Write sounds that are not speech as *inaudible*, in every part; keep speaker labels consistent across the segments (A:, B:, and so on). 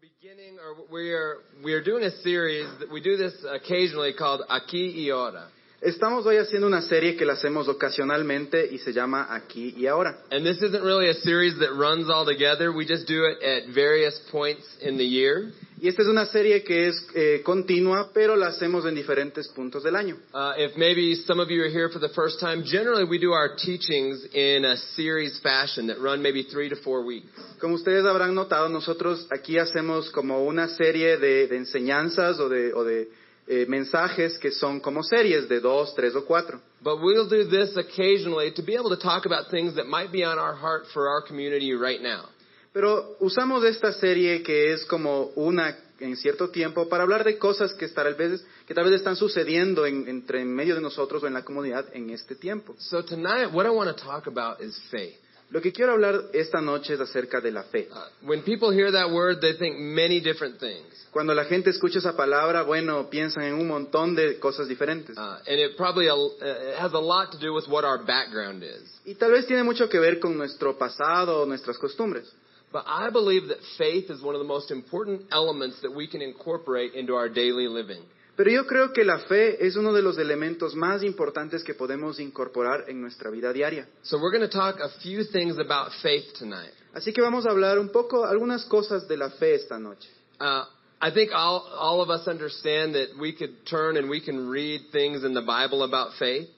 A: beginning or we're we're doing a series that we do this occasionally called Aquí y Ahora.
B: Estamos hoy haciendo una serie que la hacemos ocasionalmente y se llama Aquí y Ahora.
A: And this isn't really a series that runs all together. We just do it at various points in the year.
B: Y esta es una serie que es eh, continua, pero la hacemos en diferentes puntos del año.
A: Uh, if maybe some of you are here for the first time, generally we do our teachings in a series fashion that run maybe three to four weeks.
B: Como ustedes habrán notado, nosotros aquí hacemos como una serie de, de enseñanzas o de, o de, eh, mensajes que son como series de dos, tres o cuatro.
A: But we'll do this occasionally to be able to talk about things that might be on our heart for our community right now.
B: Pero usamos esta serie que es como una en cierto tiempo para hablar de cosas que tal vez, que tal vez están sucediendo en, entre en medio de nosotros o en la comunidad en este tiempo.
A: So tonight, what I want to talk about is faith.
B: Lo que quiero hablar esta noche es acerca de la fe.
A: Uh, when people hear that word, they think many different things.
B: Cuando la gente escucha esa palabra, bueno, piensan en un montón de cosas diferentes.
A: Uh, and it probably a, uh, it has a lot to do with what our background is.
B: Y tal vez tiene mucho que ver con nuestro pasado o nuestras costumbres.
A: But I believe that faith is one of the most important elements that we can incorporate into our daily living.
B: Pero yo creo que la fe es uno de los elementos más importantes que podemos incorporar en nuestra vida diaria.
A: So we're going to talk a few things about faith tonight.
B: Así que vamos a hablar un poco algunas cosas de la fe esta noche.
A: Uh, I think all, all of us understand that we could turn and we can read things in the Bible about faith.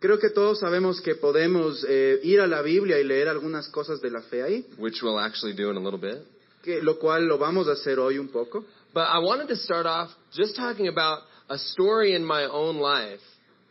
B: Creo que todos sabemos que podemos eh, ir a la Biblia y leer algunas cosas de la fe ahí,
A: which we'll actually do in a little bit.
B: que, lo cual lo vamos a hacer hoy un poco.
A: But I wanted to start off just talking about a story in my own life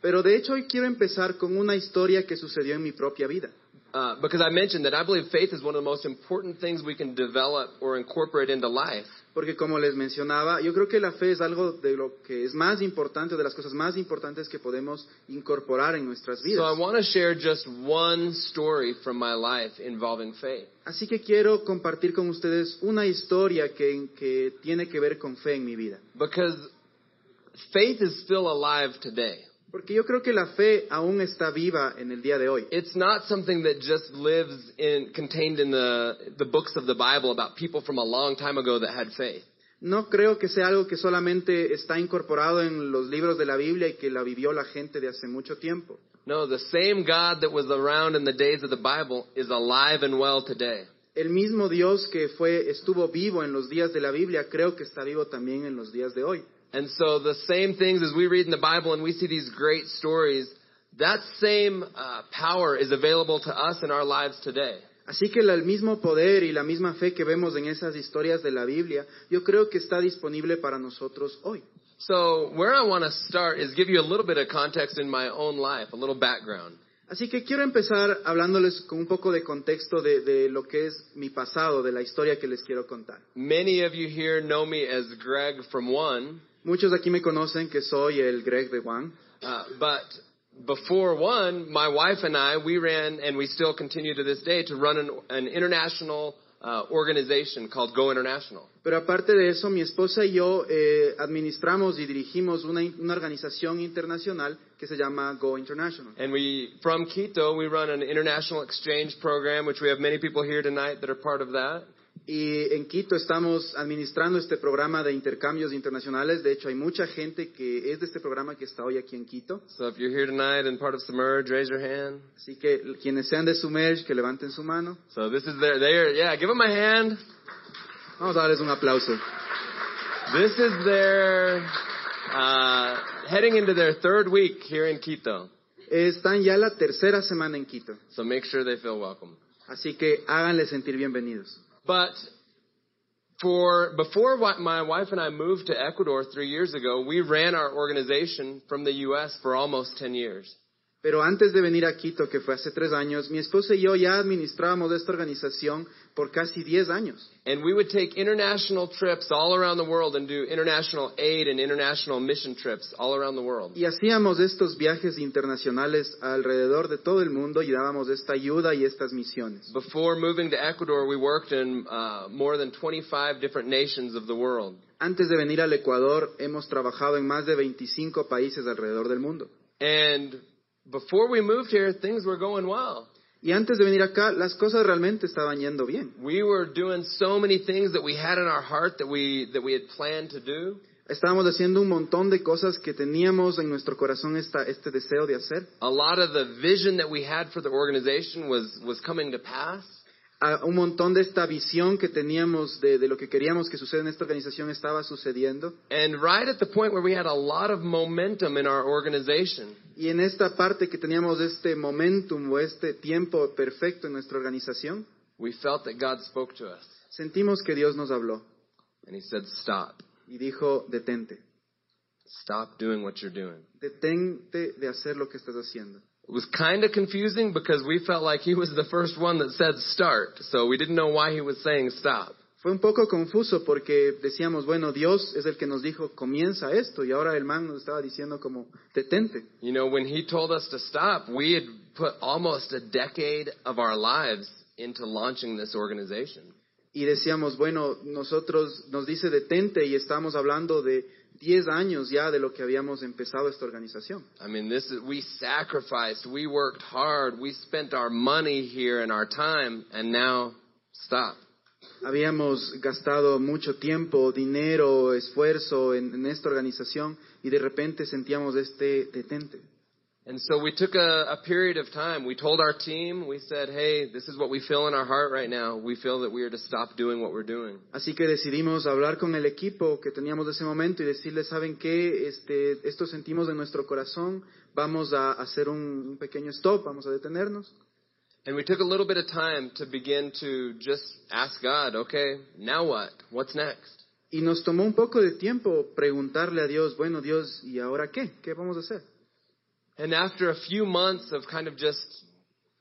B: Pero de hecho hoy quiero empezar con una historia que sucedió en mi propia vida.
A: uh, because I mentioned that I believe faith is one of the most important things we can develop or incorporate into life.
B: Porque como les mencionaba, yo creo que la fe es algo de lo que es más importante, de las cosas más importantes que podemos incorporar en nuestras
A: So I
B: vidas.
A: want to share just one story from my life involving faith.
B: Así que quiero compartir con ustedes una historia que, que tiene que ver con fe en mi vida.
A: Because faith is still alive today.
B: Porque yo creo que la fe aún está viva en el día de hoy.
A: It's not something that just lives in contained in the the books of the Bible about people from a long time ago that had faith.
B: No creo que sea algo que solamente está incorporado en los libros de la Biblia y que la vivió la gente de hace mucho tiempo.
A: No, the same God that was around in the days of the Bible is alive and well today.
B: El mismo Dios que fue estuvo vivo en los días de la Biblia, creo que está vivo también en los días de hoy.
A: And so the same things as we read in the Bible and we see these great stories, that same uh, power is available to us in our lives today.
B: Así que la- el mismo poder y la misma fe que vemos en esas historias de la Biblia, yo creo que está disponible para nosotros hoy.
A: So where I want to start is give you a little bit of context in my own life, a little background.
B: Así que quiero empezar hablándoles con un poco de contexto de, de lo que es mi pasado, de la historia que les quiero contar.
A: Many of you here know me as Greg from One,
B: Muchos de aquí me conocen que soy el Greg de Juan.
A: uh, but before One, my wife and I we ran and we still continue to this day to run an, an international uh, organization called Go International.
B: Pero aparte de eso, mi esposa y yo eh, administramos y dirigimos una, in- una organización internacional que se llama Go International.
A: And we, from Quito, we run an international exchange program, which we have many people here tonight that are part of that.
B: Y en Quito estamos administrando este programa de intercambios internacionales. De hecho, hay mucha gente que es de este programa que está hoy aquí en Quito.
A: So if you're here tonight and part of Submerge, raise your hand.
B: Así que l- quienes sean de Sumerge, que levanten su mano.
A: So this is their, their, yeah, give them a hand.
B: Vamos a darles un aplauso.
A: This is their, uh, heading into their third week here in Quito.
B: Están ya la tercera semana en Quito.
A: So make sure they feel welcome.
B: Así que háganle sentir bienvenidos.
A: But for before wi- my wife and I moved to Ecuador three years ago, we ran our organization from the U.S. for almost 10 years.
B: Pero antes de venir a Quito, que fue hace tres años, mi esposa y yo ya administrábamos esta organización por casi diez años.
A: And we would take international trips all around the world and do international aid and international mission trips all around the world.
B: Y hacíamos estos viajes internacionales alrededor de todo el mundo y dábamos esta ayuda y estas misiones.
A: Before moving to Ecuador, we worked in uh, more than 25 different nations of the world.
B: Antes de venir al Ecuador, hemos trabajado en más de 25 países alrededor del mundo.
A: And before we moved here, things were going well.
B: Y antes de venir acá, las cosas realmente estaban yendo bien.
A: We were doing so many things that we had in our heart that we that we had planned to do.
B: Estábamos haciendo un montón de cosas que teníamos en nuestro corazón esta, este deseo de hacer.
A: A lot of the vision that we had for the organization was was coming to pass,
B: A- Ah, un montón de esta visión que teníamos de, de lo que queríamos que suceda en esta organización estaba sucediendo.
A: and right at the point where we had a lot of momentum in our organization,
B: Y en esta parte que teníamos este momentum o este tiempo perfecto en nuestra organización,
A: we felt that God spoke to us
B: sentimos que Dios nos habló
A: and He said, "Stop,
B: y dijo, detente,
A: stop doing what you're doing."
B: detente de hacer lo que estás haciendo.
A: It was kind of confusing because we felt like He was the first one that said start, so we didn't know why He was saying stop.
B: Fue un poco confuso porque decíamos, bueno, Dios es el que nos dijo, comienza esto, y ahora el man nos estaba diciendo como, detente.
A: You know, when he told us to stop, we had put almost a decade of our lives into launching this organization.
B: Y decíamos, bueno, nosotros nos dice detente y estamos hablando de 10 años ya de lo que habíamos empezado esta organización.
A: I mean, this is, we sacrificed, we worked hard, we spent our money here and our time, and now stop.
B: Habíamos gastado mucho tiempo, dinero, esfuerzo en, en esta organización y de repente sentíamos este detente.
A: And so we took a, a period of time. We told our team, we said, hey, this is what we feel in our heart right now. We feel that we are to stop doing what we're doing.
B: Así que decidimos hablar con el equipo que teníamos de ese momento y decirles, ¿saben qué? Este, esto sentimos en nuestro corazón, vamos a hacer un, un pequeño stop, vamos a detenernos.
A: And we took a little bit of time to begin to just ask God, okay, now what? What's next?
B: Y nos tomó un poco de tiempo preguntarle a Dios, bueno Dios, ¿y ahora qué? ¿Qué vamos a hacer?
A: And after a few months of kind of just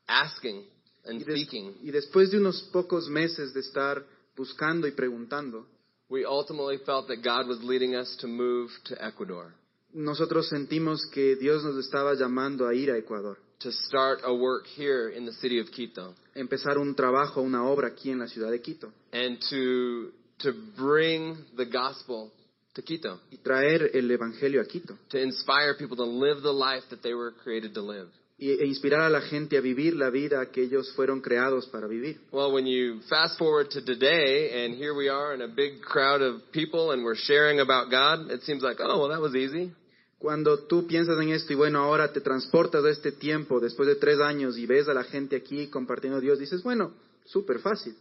A: asking and
B: Y, des-
A: speaking,
B: y después de unos pocos meses de estar buscando y preguntando,
A: we ultimately felt that God was leading us to move to Ecuador,
B: nosotros sentimos que Dios nos estaba llamando a ir a Ecuador,
A: to start a work here in the city of Quito,
B: empezar un trabajo, una obra aquí en la ciudad de Quito
A: and to, to bring the gospel to Quito,
B: y traer el Evangelio a Quito.
A: to inspire people to live the life that they were created to live.
B: y- e inspirar a la gente a vivir la vida que ellos fueron creados para vivir.
A: Well, when you fast forward to today, and here we are in a big crowd of people, and we're sharing about God, it seems like, oh, well, that was easy.
B: Cuando tú piensas en esto y bueno, ahora te transportas a este tiempo después de tres años y ves a la gente aquí compartiendo a Dios, dices, bueno, súper fácil.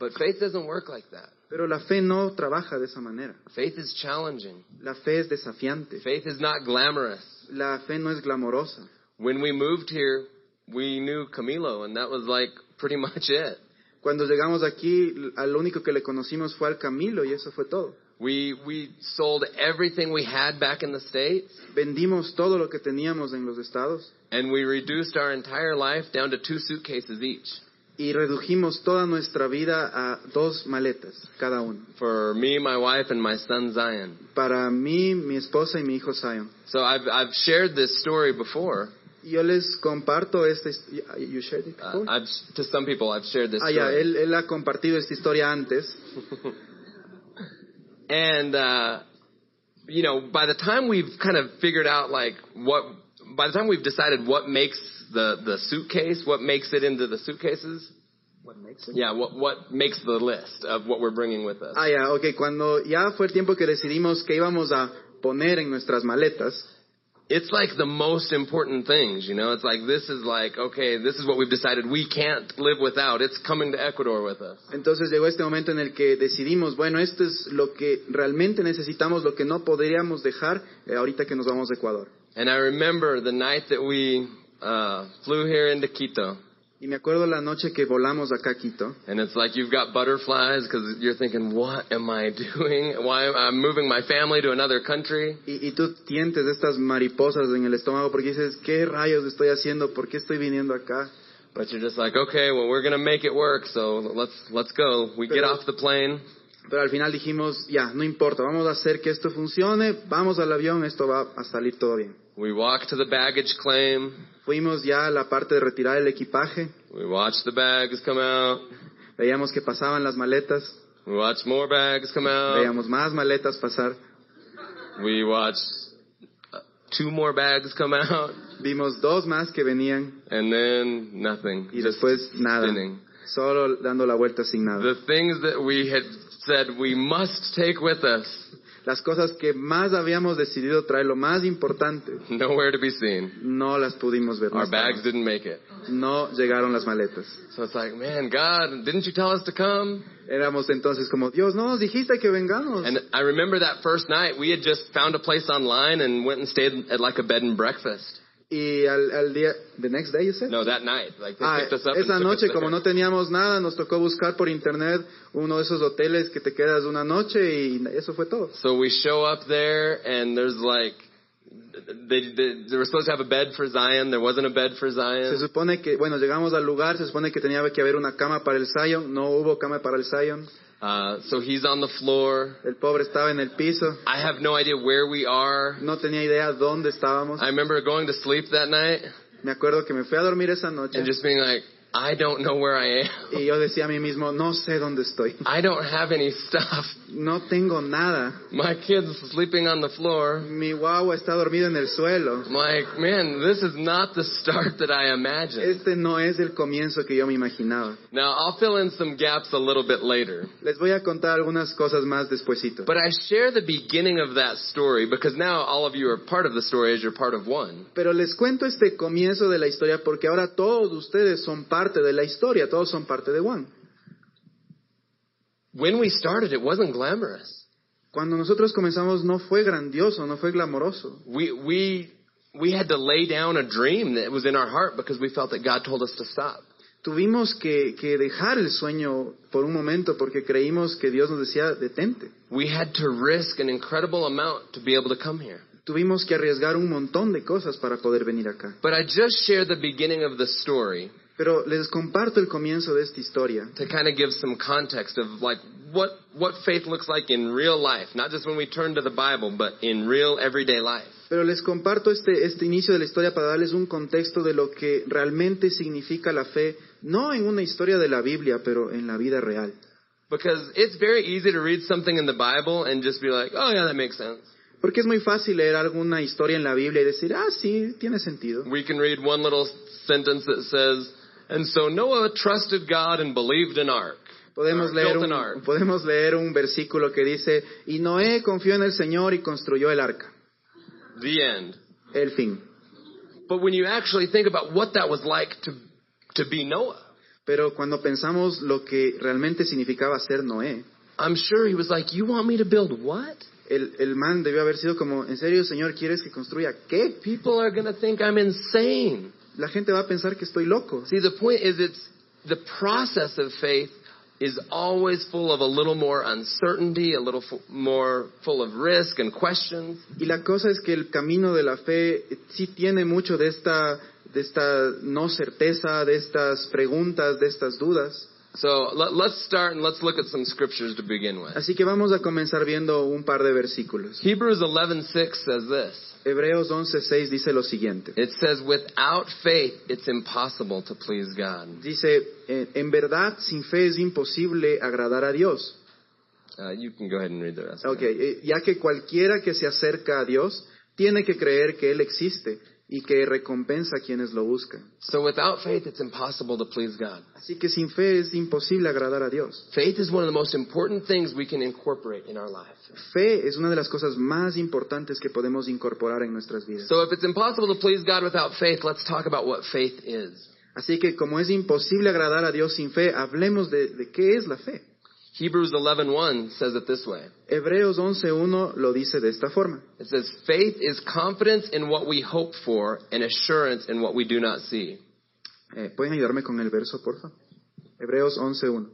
A: But faith doesn't work like that.
B: Pero la fe no trabaja de esa manera.
A: Faith is challenging.
B: La fe es desafiante.
A: Faith is not glamorous.
B: La fe no es glamorosa.
A: When we moved here, we knew Camilo, and that was like pretty *laughs* much it.
B: Cuando llegamos aquí, l- al único que le conocimos fue al Camilo y eso fue todo.
A: We we sold everything we had back in the states,
B: Vendimos todo lo que teníamos en los estados
A: and we reduced our entire life down to two suitcases each.
B: y redujimos toda nuestra vida a dos maletas cada uno.
A: For me, my wife, and my son Zion.
B: para mí, mi esposa y mi hijo Zion.
A: So I've I've shared this story before.
B: Y Yo les comparto esta his- you shared it
A: Uh,
B: before?
A: I've to some people I've shared this
B: Ah,
A: story.
B: ya, él, él ha compartido esta historia antes.
A: And uh, you know, by the time we've kind of figured out like what, by the time we've decided what makes the the suitcase, what makes it into the suitcases, yeah, what what makes the list of what we're bringing with us.
B: Ah, ya, ok, cuando ya fue el tiempo que decidimos que íbamos a poner en nuestras maletas,
A: It's like the most important things, you know. It's like this is like okay, this is what we've decided we can't live without. It's coming to Ecuador with us.
B: entonces llegó este momento en el que decidimos, bueno, esto es lo que realmente necesitamos, lo que no podríamos dejar eh, ahorita que nos vamos de Ecuador.
A: And I remember the night that we uh, flew here into Quito.
B: Y me acuerdo la noche que volamos acá a Quito,
A: And it's like you've got butterflies because you're thinking, what am I *laughs* doing? Why am I moving my family to another country?
B: Y, y tú tientes estas mariposas en el estómago porque dices, ¿qué rayos estoy haciendo? ¿Por qué estoy viniendo acá?
A: But you're just like, okay, well, we're gonna make it work. So let's let's go. We get off the plane,
B: Pero al final dijimos, ya, no importa, vamos a hacer que esto funcione, vamos al avión, esto va a salir todo bien.
A: we walk to the baggage claim,
B: Fuimos ya a la parte de retirar el equipaje,
A: we watch the bags come out,
B: veíamos que pasaban las maletas,
A: we watch more bags come out,
B: veíamos más maletas pasar,
A: we watch uh, two more bags come out,
B: Vimos dos más que venían
A: and then nothing.
B: y después nada.
A: spinning.
B: Solo dando la vuelta sin nada.
A: The things that we had said we must take with us,
B: Las cosas que más habíamos decidido traer, lo más importante,
A: nowhere to be seen.
B: no las pudimos ver. no
A: Our
B: estaban.
A: bags didn't make it.
B: No llegaron las maletas.
A: So it's like, man, God, didn't you tell us to come?
B: Éramos entonces como, Dios, no nos dijiste que vengamos.
A: And I remember that first night, we had just found a place online and went and stayed at like a bed and breakfast.
B: Y al, al día, the next day, you said?
A: No, that night, like they
B: Ah,
A: picked us up.
B: esa
A: and took us
B: noche,
A: there.
B: como no teníamos nada, nos tocó buscar por internet uno de esos hoteles que te quedas una noche y eso fue todo.
A: So we show up there, and there's like, they, they, they were supposed to have a bed for Zion. There wasn't a bed for
B: Se
A: Zion.
B: supone que, bueno, llegamos al lugar, se supone que tenía que haber una cama para el Zion, no hubo cama para el Zion,
A: Uh, so he's on the floor.
B: el pobre estaba en el piso,
A: I have no idea where we are.
B: no tenía idea dónde estábamos.
A: I remember going to sleep that night
B: Me acuerdo que me fui a dormir esa noche
A: and just being like, I don't know where I am.
B: y yo decía a mí mismo, no sé dónde estoy,
A: I don't have any stuff.
B: no tengo nada.
A: My kid's sleeping on the floor.
B: Mi guagua está dormido en el suelo.
A: I'm like, man, this is not the start that I imagined.
B: Este no es el comienzo que yo me imaginaba.
A: Now, I'll fill in some gaps a little bit later.
B: Les voy a contar algunas cosas más despuesito.
A: But I share the beginning of that story because now all of you are part of the story as you're part of one.
B: Pero les cuento este comienzo de la historia porque ahora todos ustedes son parte de la historia, todos son parte de Juan.
A: When we started, it wasn't glamorous.
B: Cuando nosotros comenzamos no fue grandioso, no fue glamoroso.
A: We, we, we had to lay down a dream that was in our heart because we felt that God told us to stop.
B: Tuvimos que, que dejar el sueño por un momento porque creímos que Dios nos decía detente.
A: We had to risk an incredible amount to be able to come here.
B: Tuvimos que arriesgar un montón de cosas para poder venir acá.
A: But I just share the beginning of the story
B: Pero les comparto el comienzo de esta historia
A: to kind of give some context of like what, what faith looks like in real life, not just when we turn to the Bible, but in real everyday life.
B: Pero les comparto este, este inicio de la historia para darles un contexto de lo que realmente significa la fe, no en una historia de la Biblia, pero en la vida real.
A: Because it's very easy to read something in the Bible and just be like, oh yeah, that makes sense.
B: Porque es muy fácil leer alguna historia en la Biblia y decir, ah, sí, tiene sentido.
A: We can read one little sentence that says, and so Noah trusted God and believed an ark.
B: Podemos
A: Or
B: leer,
A: built an
B: un,
A: ark.
B: podemos leer un versículo que dice, y Noé confió en el Señor y construyó el arca.
A: The end.
B: El fin.
A: But when you actually think about what that was like to, to be Noah,
B: Pero cuando pensamos lo que realmente significaba ser Noé,
A: I'm sure he was like, you want me to build what?
B: el, el man debió haber sido como, ¿en serio, Señor, quieres que construya qué?
A: People are going to think I'm insane.
B: La gente va a pensar que estoy loco.
A: See, the point is it's the process of faith is always full of a little more uncertainty, a little fu- more full of risk and questions.
B: Y la cosa es que el camino de la fe eh, sí tiene mucho de esta, de esta no certeza, de estas preguntas, de estas dudas.
A: So let, let's start and let's look at some scriptures to begin with.
B: Así que vamos a comenzar viendo un par de versículos.
A: Hebrews 11:6 says this.
B: Hebreos 11:6 dice lo siguiente.
A: It says, "Without faith, it's impossible to please God."
B: Dice, "Eh, en verdad sin fe es imposible agradar a Dios.
A: Uh, you can go ahead and read the rest.
B: Ok, eh, ya que cualquiera que se acerca a Dios tiene que creer que Él existe y que recompensa a quienes lo buscan.
A: So without faith, it's impossible to please God.
B: Así que sin fe es imposible agradar a Dios.
A: Faith is one of the most important things we can incorporate in our life.
B: Fe es una de las cosas más importantes que podemos incorporar en nuestras vidas.
A: So if it's impossible to please God without faith, let's talk about what faith is.
B: Así que como es imposible agradar a Dios sin fe, hablemos de, de qué es la fe.
A: Hebrews 11:1 says it this way.
B: Hebreos 11.1 lo dice de esta forma.
A: It says, "Faith is confidence in what we hope for and assurance in what we do not see."
B: Eh, ¿Pueden ayudarme con el verso, por favor? Hebreos 11.1.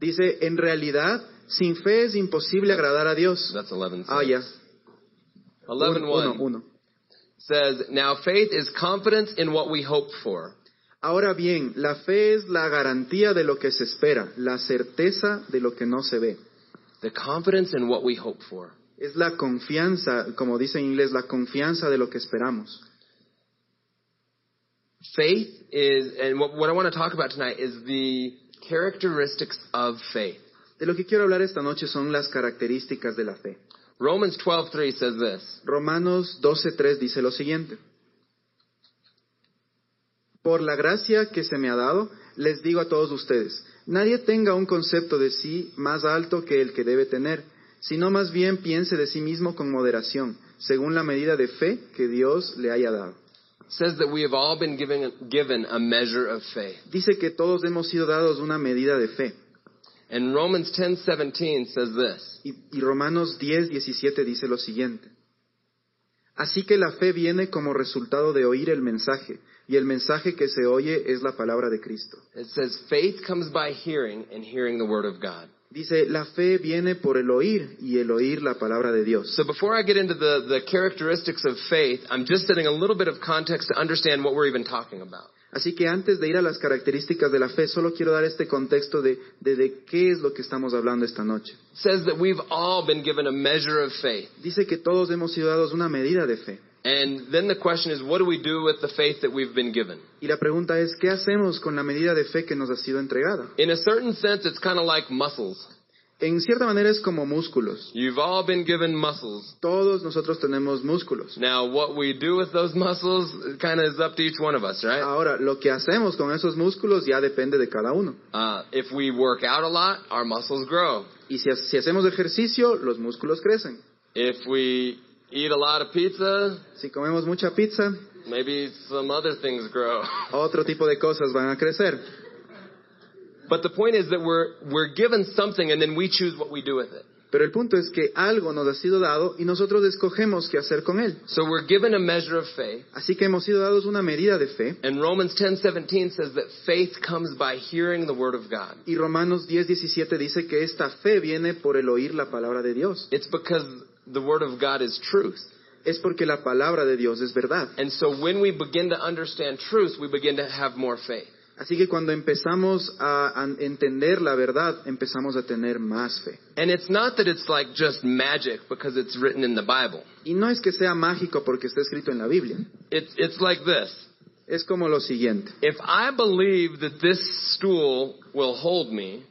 B: Dice, en realidad, sin fe es imposible agradar a
A: So
B: Dios.
A: That's 11:6.
B: Ah, ya.
A: 11:1
B: Uno, uno.
A: says, "Now faith is confidence in what we hope for."
B: Ahora bien, la fe es la garantía de lo que se espera, la certeza de lo que no se ve.
A: The confidence in what we hope for.
B: Es la confianza, como dice en inglés, la confianza de lo que esperamos.
A: Faith is, and what, what I want to talk about tonight is the characteristics of faith.
B: De lo que quiero hablar esta noche son las características de la fe.
A: Romans 12:3 says this.
B: Romanos 12.3 dice lo siguiente. Por la gracia que se me ha dado, les digo a todos ustedes, nadie tenga un concepto de sí más alto que el que debe tener, sino más bien piense de sí mismo con moderación, según la medida de fe que Dios le haya dado.
A: It says that we have all been given, given a measure of faith.
B: Dice que todos hemos sido dados una medida de fe.
A: And Romans 10:17 says this.
B: Y, y Romanos 10, 17 dice lo siguiente. Así que la fe viene como resultado de oír el mensaje, y el mensaje que se oye es la palabra de Cristo.
A: It says faith comes by hearing and hearing the word of God.
B: Dice, la fe viene por el oír y el oír la palabra de Dios.
A: So before I get into the, the characteristics of faith, I'm just setting a little bit of context to understand what we're even talking about.
B: Así que antes de ir a las características de la fe, solo quiero dar este contexto de, de, de qué es lo que estamos hablando esta noche.
A: It says that we've all been given a measure of faith.
B: Dice que todos hemos sido dados una medida de fe.
A: And then the question is, what do we do with the faith that we've been given?
B: Y la pregunta es, ¿qué hacemos con la medida de fe que nos ha sido entregada?
A: In a certain sense, it's kind of like muscles.
B: En cierta manera es como músculos.
A: You've all been given muscles.
B: Todos nosotros tenemos músculos.
A: Now, what we do with those *laughs* muscles kind of is up to each one of us, right?
B: Ahora, lo que hacemos con esos músculos ya depende de cada uno.
A: Uh, if we work out a lot, our muscles grow.
B: Y si, ha- si hacemos ejercicio, los músculos crecen.
A: If we eat a lot of pizza,
B: Si comemos mucha pizza,
A: maybe some other things grow. *laughs*
B: otro tipo de cosas van a crecer.
A: But the point is that we're, we're given something and then we choose what we do with it.
B: Pero el punto es que algo nos ha sido dado y nosotros escogemos qué hacer con él.
A: So we're given a measure of faith.
B: Así que hemos sido dados una medida de fe.
A: And Romans 10:17 says that faith comes by hearing the word of God.
B: Y Romanos 10, 17 dice que esta fe viene por el oír la palabra de Dios.
A: It's because the word of God is truth.
B: Es porque la palabra de Dios es verdad.
A: And so when we begin to understand truth, we begin to have more faith.
B: Así que cuando empezamos a, a entender la verdad, empezamos a tener más fe.
A: And it's not that it's like just magic because it's written in the Bible.
B: Y no es que sea mágico porque está escrito en la Biblia.
A: It's it's like this.
B: Es como lo siguiente.
A: If I believe that this stool will hold me,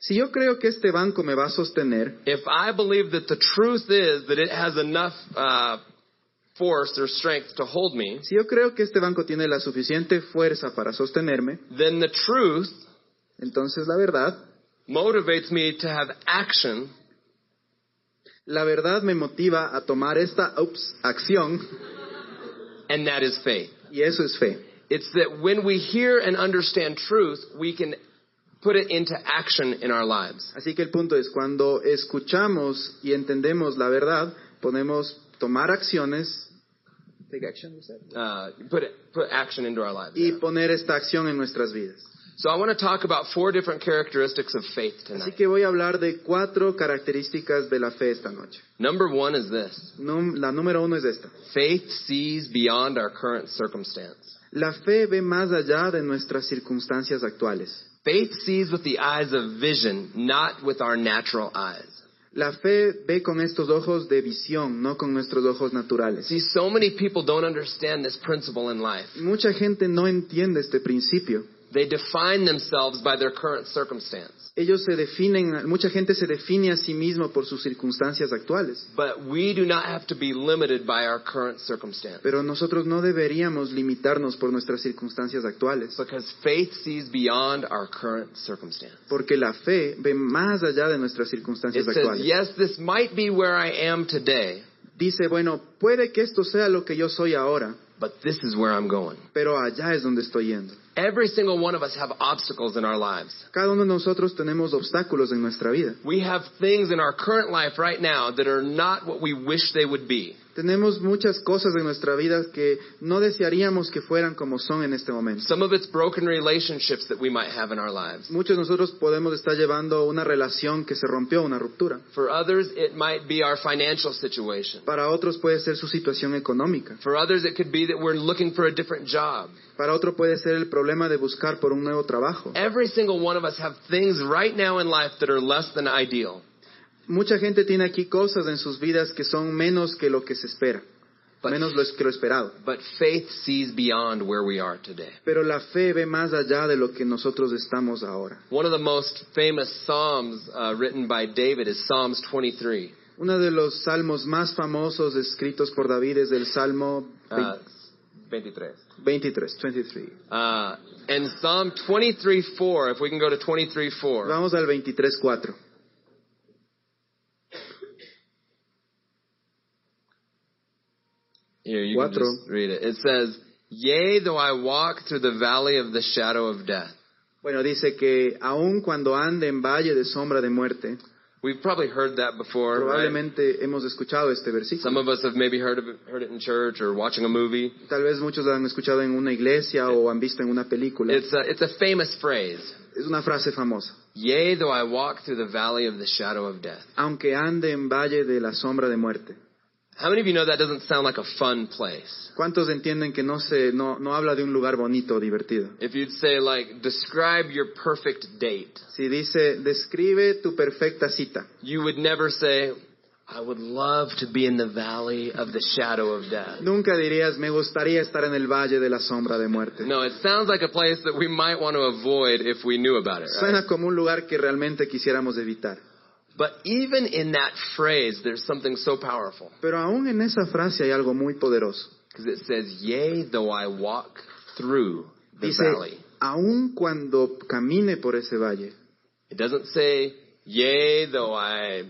B: Si yo creo que este banco me va a sostener,
A: if I believe that the truth is that it has enough uh, force or strength to hold me,
B: si yo creo que este banco tiene la suficiente fuerza para sostenerme,
A: then the truth
B: entonces la verdad,
A: motivates me to have action
B: la verdad me motiva a tomar esta ups, acción
A: and that is faith.
B: y eso es fe.
A: It's that when we hear and understand truth, we can put it into action in our lives.
B: Así que el punto es, cuando escuchamos y entendemos la verdad, podemos tomar acciones
A: Uh, put it, put action into our lives.
B: y poner esta acción en nuestras vidas.
A: So I want to talk about four different characteristics of faith
B: Así
A: tonight.
B: que voy a hablar de cuatro características de la fe esta noche.
A: Number one is this:
B: Num- la número uno es esta.
A: faith sees beyond our current circumstance.
B: La fe ve más allá de nuestras circunstancias actuales.
A: Faith sees with the eyes of vision, not with our natural eyes.
B: La fe ve con estos ojos de visión, no con nuestros ojos naturales.
A: See, so many people don't understand this principle in life.
B: Mucha gente no entiende este principio.
A: They define themselves by their current circumstance.
B: Ellos se definen, mucha gente se define a sí mismo por sus circunstancias actuales,
A: But we do not have to be limited by our current circumstance.
B: pero nosotros no deberíamos limitarnos por nuestras circunstancias actuales,
A: Because faith sees beyond our current circumstance.
B: porque la fe ve más allá de nuestras
A: It
B: circunstancias
A: says,
B: actuales.
A: yes, this might be where I am today,
B: Dice, bueno, puede que esto sea lo que yo soy ahora,
A: but this is where I'm going.
B: pero allá es donde estoy yendo.
A: Every single one of us have obstacles in our lives.
B: Cada uno de nosotros tenemos obstáculos en nuestra vida.
A: We have things in our current life right now that are not what we wish they would be.
B: Tenemos muchas cosas en nuestra vida que no desearíamos que fueran como son en este momento.
A: Some of it's broken relationships that we might have in our lives.
B: Muchos de nosotros podemos estar llevando una relación que se rompió, una ruptura.
A: For others, it might be our financial situation.
B: Para otros puede ser su situación económica.
A: For others, it could be that we're looking for a different job.
B: Para otro puede ser el problema de buscar por un nuevo trabajo.
A: Every single one of us have things right now in life that are less than ideal.
B: Mucha gente tiene aquí cosas en sus vidas que son menos que lo que se espera,
A: But,
B: menos lo es- que lo esperado.
A: but faith sees beyond where we are today.
B: Pero la fe ve más allá de lo que nosotros estamos ahora.
A: One of the most famous psalms uh, written by David is Psalms 23.
B: Uno de los salmos más famosos escritos por David es el Salmo
A: Uh, 23.
B: 23, 23.
A: Uh, and Psalm 23 4, if we can go to 23 4.
B: Vamos al 23, 4.
A: Here, you can
B: Cuatro.
A: just read it. It says, Yea, though I walk through the valley of the shadow of death.
B: Bueno, dice que aun cuando ande en valle de sombra de muerte,
A: We've probably heard that before. Right?
B: probablemente hemos escuchado este versículo.
A: Some of us have maybe heard, of it, heard it in church or watching a movie.
B: Tal vez muchos lo han escuchado en una iglesia o han visto en una película.
A: It's a, it's a famous phrase.
B: Es una frase famosa.
A: Yea, though I walk through the valley of the shadow of death.
B: Aunque ande en valle de la sombra de muerte.
A: How many of you know that doesn't sound like a fun place?
B: ¿Cuántos entienden que no, se, no, no habla de un lugar bonito o divertido?
A: If you'd say, like, describe your perfect date,
B: Si dice, describe tu perfecta cita.
A: you would never say, I would love to be in the valley of the shadow of death.
B: Nunca dirías, me gustaría estar en el valle de la sombra de muerte.
A: No, it sounds like a place that we might want to avoid if we knew about it, right?
B: Suena como un lugar que realmente quisiéramos evitar.
A: But even in that phrase, there's something so powerful.
B: Pero aún en esa frase hay algo muy poderoso.
A: Because it says, Yea, though I walk through the
B: Dice,
A: valley.
B: aun cuando camine por ese valle.
A: It doesn't say, Yea, though I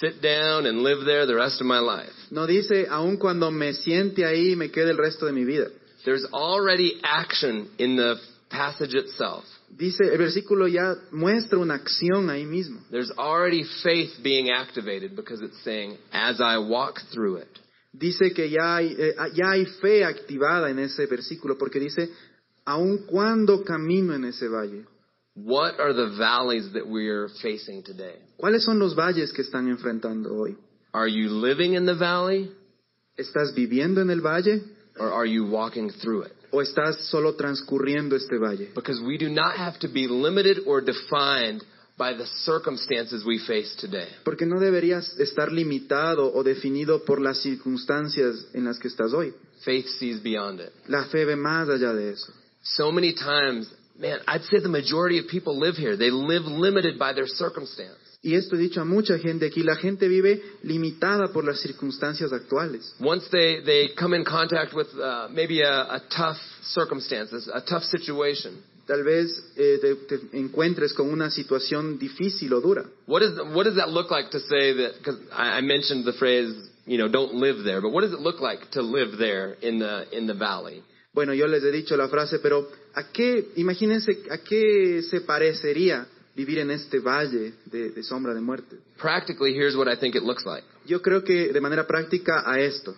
A: sit down and live there the rest of my life.
B: No dice, aun cuando me siente ahí y me quede el resto de mi vida.
A: There's already action in the passage itself.
B: Dice, el versículo ya muestra una acción ahí mismo.
A: There's already faith being activated because it's saying, As I walk through it.
B: Dice que ya hay, eh, ya hay fe activada en ese versículo porque dice, aun cuando camino en ese valle.
A: What are the valleys that we're facing today?
B: ¿Cuáles son los valles que están enfrentando hoy?
A: Are you living in the valley
B: ¿Estás viviendo en el valle
A: or are you walking through it?
B: o estás solo transcurriendo este valle?
A: Because we do not have to be limited or defined by the circumstances we face today.
B: Porque no deberías estar limitado o definido por las circunstancias en las que estás hoy.
A: Faith sees beyond it.
B: La fe ve más allá de eso.
A: So many times, man, I'd say the majority of people live here. They live limited by their circumstance.
B: Y esto he dicho a mucha gente aquí, la gente vive limitada por las circunstancias actuales.
A: Once they, they come in contact with uh, maybe a, a tough circumstance, a tough situation,
B: Tal vez eh, te, te encuentres con una situación difícil o dura.
A: what, is, what does that look like to say that, because I, I mentioned the phrase, you know, don't live there, but what does it look like to live there in the, in the valley?
B: Bueno, yo les he dicho la frase, pero ¿a qué, imagínense, a qué se parecería vivir en este valle de, de sombra de muerte?
A: Practically, here's what I think it looks like.
B: Yo creo que de manera práctica a esto.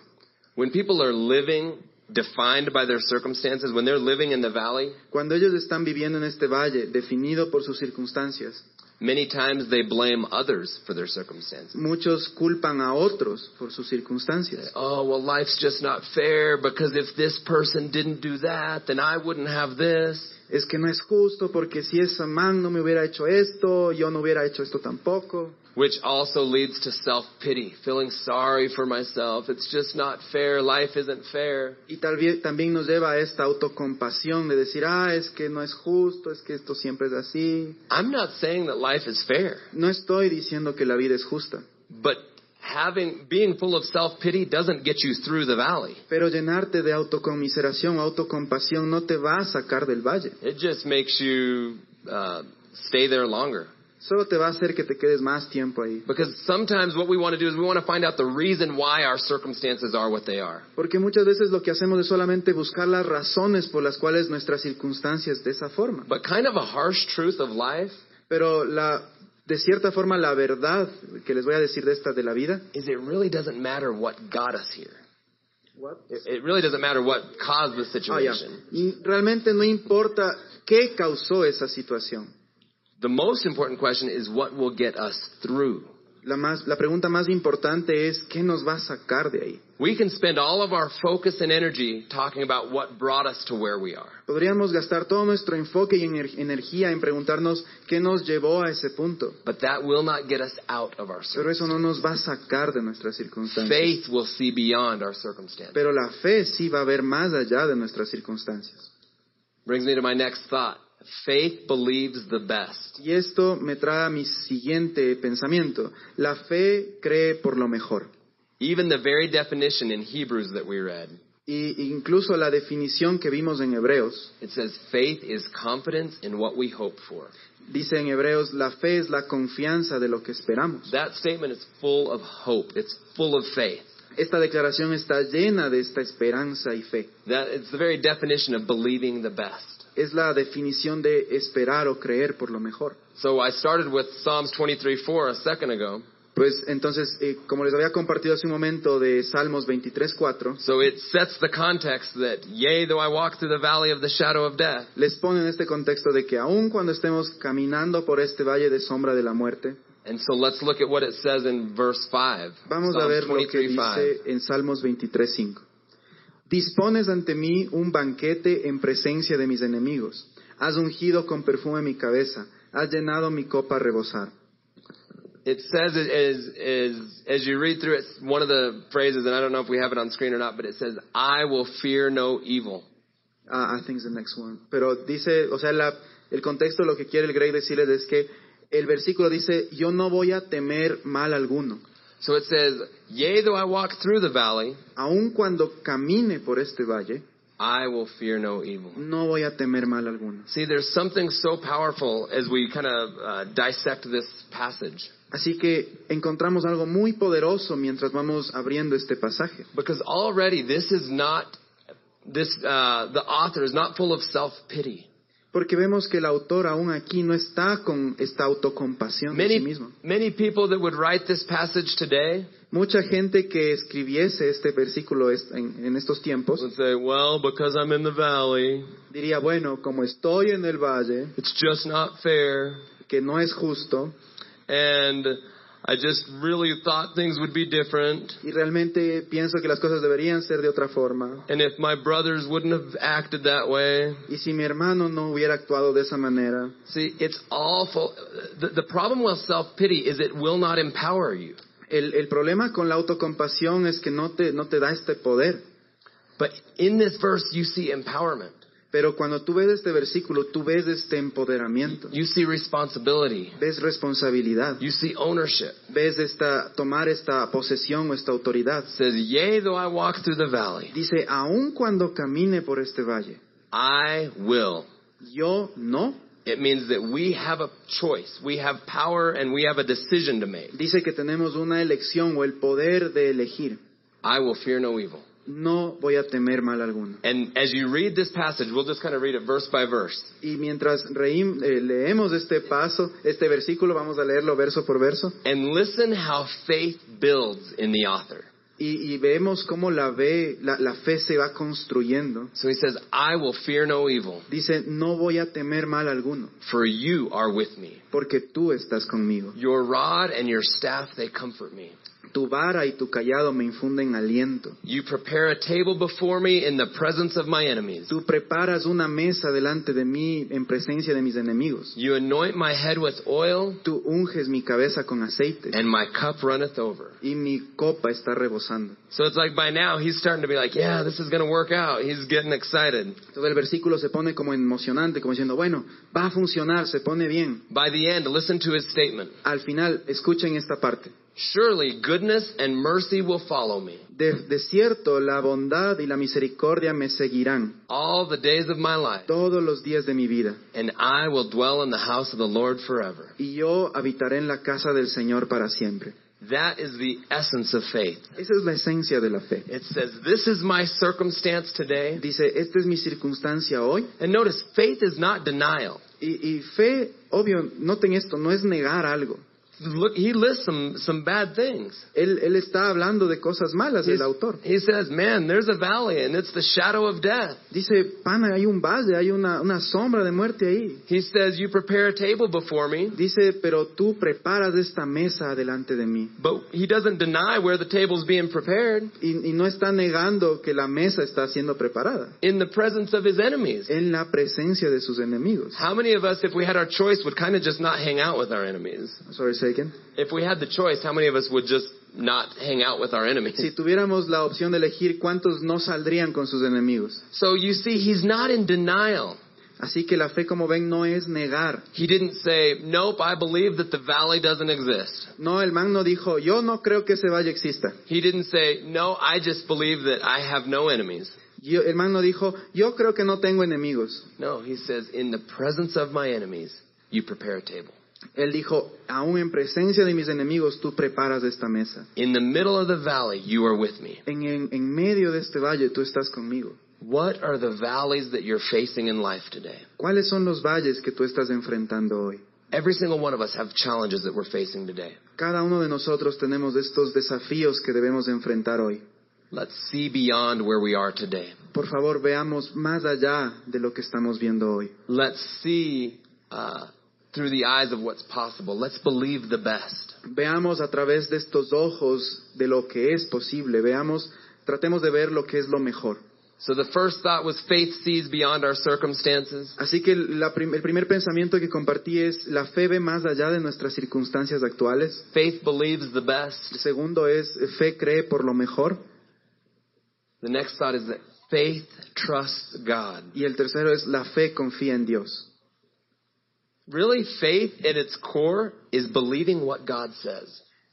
A: When people are living defined by their circumstances, when they're living in the valley,
B: Cuando ellos están viviendo en este valle, definido por sus circunstancias,
A: many times they blame others for their circumstances.
B: muchos culpan a otros por sus circunstancias.
A: Oh, well, life's just not fair because if this person didn't do that, then I wouldn't have this.
B: Es que no es justo porque si esa man no me hubiera hecho esto, yo no hubiera hecho esto tampoco.
A: Which also leads to self pity, feeling sorry for myself. It's just not fair. Life isn't fair.
B: Y tal vez también nos lleva a esta autocompasión de decir, ah, es que no es justo, es que esto siempre es así.
A: I'm not saying that life is fair,
B: No estoy diciendo que la vida es justa,
A: but having being full of self pity doesn't get you through the valley.
B: pero llenarte de autocomiseración o autocompasión no te va a sacar del valle,
A: It just makes you uh, stay there longer.
B: solo te va a hacer que te quedes más tiempo ahí.
A: Because sometimes what we want to do is we want to find out the reason why our circumstances are what they are.
B: Porque muchas veces lo que hacemos es solamente buscar las razones por las cuales nuestras circunstancias de esa forma.
A: But kind of a harsh truth of life
B: Pero la, de cierta forma la verdad que les voy a decir de esta de la vida,
A: is it really doesn't matter what got us here. It it really doesn't matter what caused the
B: Ah, ya.
A: situation.
B: Y realmente no importa qué causó esa situación.
A: The most important question is what will get us through.
B: La, más, la pregunta más importante es qué nos va a sacar de ahí.
A: We can spend all of our focus and energy talking about what brought us to where we are.
B: Podríamos gastar todo nuestro enfoque y ener- energía en preguntarnos qué nos llevó a ese punto,
A: But that will not get us out of our
B: pero eso
A: circumstances.
B: no nos va a sacar de nuestras circunstancias.
A: Faith will see beyond our circumstances.
B: Pero la fe sí va a ver más allá de nuestras circunstancias.
A: Brings me to my next thought. Faith believes the best.
B: Y esto me trae a mi siguiente pensamiento. La fe cree por lo mejor.
A: Even the very definition in Hebrews that we read
B: Y incluso la definición que vimos en Hebreos,
A: It says faith is confidence in what we hope for.
B: dice en Hebreos, la fe es la confianza de lo que esperamos.
A: That statement is full of hope. It's full of faith.
B: Esta declaración está llena de esta esperanza y fe.
A: That it's the very definition of believing the best.
B: Es la definición de esperar o creer por lo mejor.
A: So I started with Psalms 23:4 a second ago.
B: Pues entonces, eh, como les había compartido hace un momento de Salmos 23.4,
A: So it sets the context that yea though I walk through the valley of the shadow of death,
B: les pone en este contexto de que aun cuando estemos caminando por este valle de sombra de la muerte,
A: And so let's look at what it says in verse 5.
B: Vamos a
A: Psalms
B: ver lo que
A: 23:5.
B: dice en Salmos 23.5. Dispones ante mí un banquete en presencia de mis enemigos. Has ungido con perfume mi cabeza. Has llenado mi copa a rebosar.
A: It says, it is, is, as you read through it, one of the phrases, and I don't know if we have it on screen or not, but it says, I will fear no evil.
B: Ah, I think it's the next one. Pero dice, o sea, la- el contexto lo que quiere el Grey decirles es que el versículo dice, yo no voy a temer mal alguno.
A: So it says, Yea, though I walk through the valley,
B: Aun cuando camine por este valle,
A: I will fear no evil.
B: no voy a temer mal alguno.
A: See, there's something so powerful as we kind of uh, dissect this passage.
B: Así que encontramos algo muy poderoso mientras vamos abriendo este pasaje.
A: Because already this is not, this, uh, the author is not full of self pity.
B: Porque vemos que el autor aún aquí no está con esta autocompasión de sí
A: Many,
B: mismo.
A: many people that would write this passage today
B: Mucha gente que escribiese este versículo est- en, en estos tiempos
A: would say, well, because I'm in the valley,
B: diría, bueno, como estoy en el valle,
A: it's just not fair.
B: que no es justo,
A: And I just really thought things would be different.
B: y realmente pienso que las cosas deberían ser de otra forma,
A: And if my brothers wouldn't have acted that way.
B: y si mi hermano no hubiera actuado de esa manera,
A: See, it's awful. The, the problem with self pity is it will not empower you.
B: el, el problema con la autocompasión es que no te, no te da este poder.
A: But in this verse, you see empowerment,
B: Pero cuando tú ves este versículo, tú ves este empoderamiento,
A: you see responsibility,
B: ves responsabilidad.
A: you see ownership.
B: ves esta, tomar esta posesión o esta autoridad.
A: It says, Yea, though I walk through the valley,
B: Dice, aun cuando camine por este valle,
A: I will
B: yo no.
A: It means that we have a choice. We have power and we have a decision to make.
B: Dice que tenemos una elección o el poder de elegir.
A: I will fear no evil.
B: No voy a temer mal alguno.
A: And as you read this passage, we'll just kind of read it verse by verse.
B: Y mientras reím- eh, leemos este paso, este versículo, vamos a leerlo verso por verso,
A: And listen how faith builds in the author.
B: y, y vemos cómo la, ve, la, la fe se va construyendo.
A: So he says, I will fear no evil,
B: Dice, no voy a temer mal alguno,
A: for you are with me.
B: porque tú estás conmigo.
A: Your rod and your staff, they comfort me.
B: Tu vara y tu callado me infunden aliento.
A: You prepare a table before me in the presence of my enemies.
B: Tú preparas una mesa delante de mí en presencia de mis enemigos.
A: You anoint my head with oil,
B: Tú unges mi cabeza con aceite
A: and my cup runneth over.
B: y mi copa está rebosando.
A: So it's like by now he's starting to be like, yeah, this is going to work out. He's getting excited.
B: Todo el versículo se pone como emocionante, como diciendo, bueno, va a funcionar, se pone bien.
A: By the end, listen to his statement.
B: Al final, escuchen esta parte.
A: Surely goodness and mercy will follow me
B: De, de cierto, la bondad y la misericordia me seguirán
A: all the days of my life,
B: todos los días de mi vida,
A: and I will dwell in the house of the Lord forever.
B: y yo habitaré en la casa del Señor para siempre.
A: That is the essence of faith.
B: Esa es la esencia de la fe.
A: It says, This is my circumstance today.
B: Dice, esta es mi circunstancia hoy,
A: And notice, faith is not denial.
B: Y, y fe, obvio, noten esto, no es negar algo.
A: Look, he lists some, some bad things.
B: Él, él está hablando de cosas malas, el autor.
A: He says, Man, there's a valley, and it's the shadow of death.
B: Dice, pana, hay un valle, hay una, una sombra de muerte ahí.
A: He says, You prepare a table before me.
B: Dice, pero tú preparas esta mesa delante de mí.
A: But he doesn't deny where the table's being prepared
B: Y, y no está negando que la mesa está siendo preparada
A: in the presence of his enemies.
B: en la presencia de sus enemigos.
A: How many of us, if we had our choice, would kind of just not hang out with our enemies?
B: Sorry, say again.
A: If we had the choice, how many of us would just not hang out with our enemies?
B: *laughs* Si tuviéramos la opción de elegir cuántos no saldrían con sus enemigos.
A: So you see, he's not in denial.
B: Así que la fe, como ven, no es negar.
A: He didn't say, Nope, I believe that the valley doesn't exist.
B: No, el man no dijo, yo no creo que ese valle exista.
A: He didn't say, No, I just believe that I have no enemies.
B: Yo- el man no dijo, yo creo que no tengo enemigos.
A: No, he says, In the presence of my enemies, you prepare a table.
B: Él dijo, aún en presencia de mis enemigos, tú preparas esta mesa.
A: In the middle of the valley, you are with me.
B: En, en, en medio de este valle, tú estás conmigo.
A: What are the valleys that you're facing in life today?
B: ¿Cuáles son los valles que tú estás enfrentando hoy?
A: Every single one of us have challenges that we're facing today.
B: Cada uno de nosotros tenemos estos desafíos que debemos de enfrentar hoy.
A: Let's see beyond where we are today.
B: Por favor, veamos más allá de lo que estamos viendo hoy.
A: Let's see uh, through the eyes of what's possible. Let's believe the best.
B: Veamos a través de estos ojos de lo que es posible. Veamos, tratemos de ver lo que es lo mejor.
A: So the first thought was faith sees beyond our circumstances.
B: Así que la prim- el primer pensamiento que compartí es, la fe ve más allá de nuestras circunstancias actuales.
A: Faith believes the
B: El
A: best.
B: segundo es, fe cree por lo mejor.
A: The next thought is that faith trusts God.
B: Y el tercero es, la fe confía en Dios.
A: Really, faith at its core is believing what God says.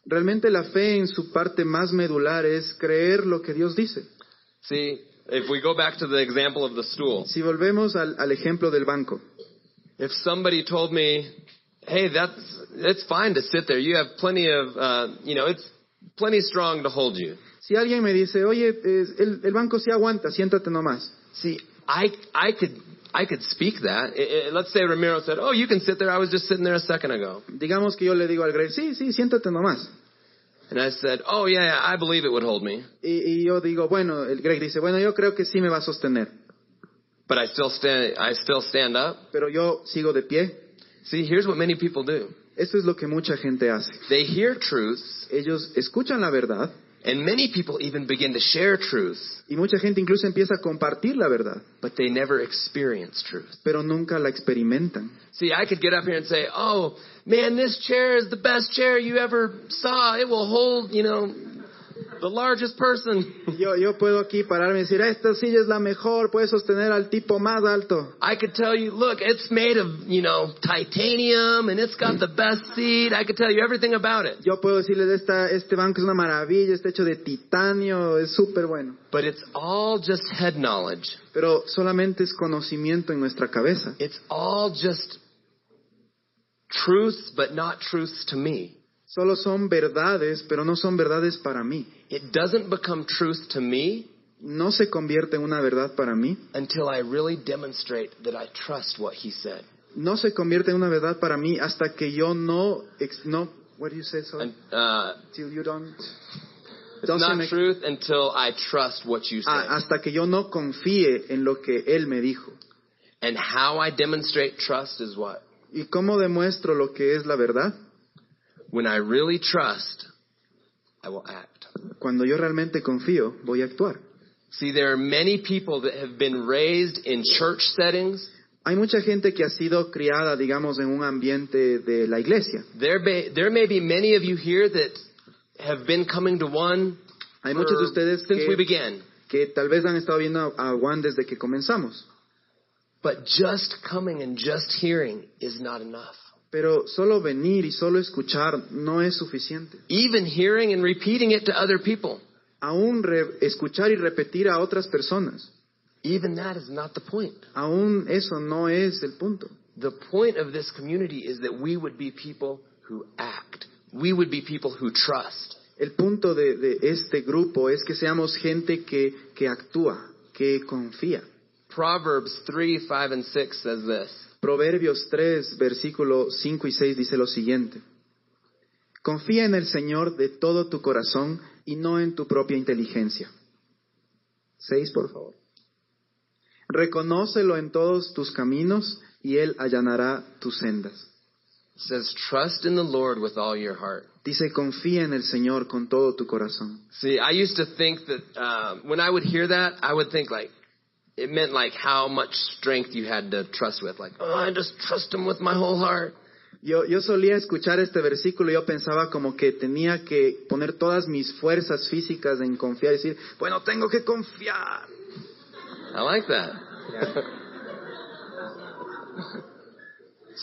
B: Realmente la fe en su parte más medular es creer lo que Dios dice.
A: See, if we go back to the example of the stool,
B: Si volvemos al, al ejemplo del banco,
A: if somebody told me, "Hey, that's it's fine to sit there. You have plenty of, uh, you know, it's plenty strong to hold you."
B: si alguien me dice, oye, es- el, el banco sí aguanta, siéntate nomás.
A: See, I I could I could speak that. I- I- let's say Ramiro said, "Oh, you can sit there. I was just sitting there a second ago,"
B: Digamos que yo le digo al Greg, sí, sí, siéntate nomás.
A: and I said, "Oh yeah, yeah I believe it would hold me,"
B: Y, y yo digo, bueno, el Greg dice, bueno, yo creo que sí me va a sostener,
A: but I still stand I still stand up.
B: pero yo sigo de pie.
A: See, here's what many people do.
B: Eso es lo que mucha gente hace.
A: They hear truths,
B: Ellos escuchan la verdad
A: and many people even begin to share truths,
B: y mucha gente incluso empieza a compartir la verdad,
A: but they never experience truth.
B: pero nunca la experimentan.
A: See, I could get up here and say, "Oh, man, this chair is the best chair you ever saw. It will hold, you know, the largest person."
B: Yo, yo puedo aquí pararme y decir, "Ah, esta silla es la mejor, puede sostener al tipo más alto.
A: I could tell you, "Look, it's made of, you know, titanium and it's got the best seat." I could tell you everything about it,
B: Yo puedo decirles, esta, este banco es una maravilla, está hecho de titanio, es súper bueno.
A: but it's all just head knowledge.
B: Pero solamente es conocimiento en nuestra cabeza.
A: It's all just truths, but not truths to me.
B: Solo son verdades, pero no son verdades para mí.
A: It doesn't become truth to me
B: No se convierte en una verdad para mí.
A: until I really demonstrate that I trust what he said.
B: No se convierte en una verdad para mí hasta que yo no... ex- no what do you say, sorry?
A: And uh
B: Till you don't...
A: It's
B: Doesn't
A: not
B: make-
A: truth until I trust what you say.
B: Ah, hasta que yo no confíe en lo que él me dijo.
A: and how I demonstrate trust is what?
B: ¿Y cómo demuestro lo que es la verdad?
A: When I really trust, I will act.
B: Cuando yo realmente confío, voy a actuar.
A: See, there are many people that have been raised in church settings.
B: Hay mucha gente que ha sido criada, digamos, en un ambiente de la iglesia.
A: There, be, there may be many of you here that have been coming to one
B: Hay
A: for-
B: muchos de ustedes
A: since we
B: que,
A: began.
B: que tal vez han estado viendo a, a Juan desde que comenzamos,
A: But just coming and just hearing is not enough.
B: pero solo venir y solo escuchar no es suficiente.
A: Even hearing and repeating it to other people,
B: Aún re- escuchar y repetir a otras personas,
A: even that is not the point.
B: aún eso no es el punto.
A: The point of this community is that we would be people who act. We would be people who trust.
B: El punto de, de este grupo es que seamos gente que, que actúa, que confía.
A: Proverbs 3, 5, and 6 says this.
B: Proverbios 3, versículo 5 y 6 dice lo siguiente. Confía en el Señor de todo tu corazón y no en tu propia inteligencia. 6, por favor. Reconócelo en todos tus caminos y Él allanará tus sendas.
A: It says, trust in the Lord with all your heart.
B: Dice, confía en el Señor con todo tu corazón.
A: See, I used to think that uh, when I would hear that, I would think like, it meant like how much strength you had to trust with. Like, oh, I just trust him with my whole heart.
B: Yo, yo solía escuchar este versículo y yo pensaba como que tenía que poner todas mis fuerzas físicas en confiar y decir, bueno, tengo que confiar.
A: I like that. *laughs*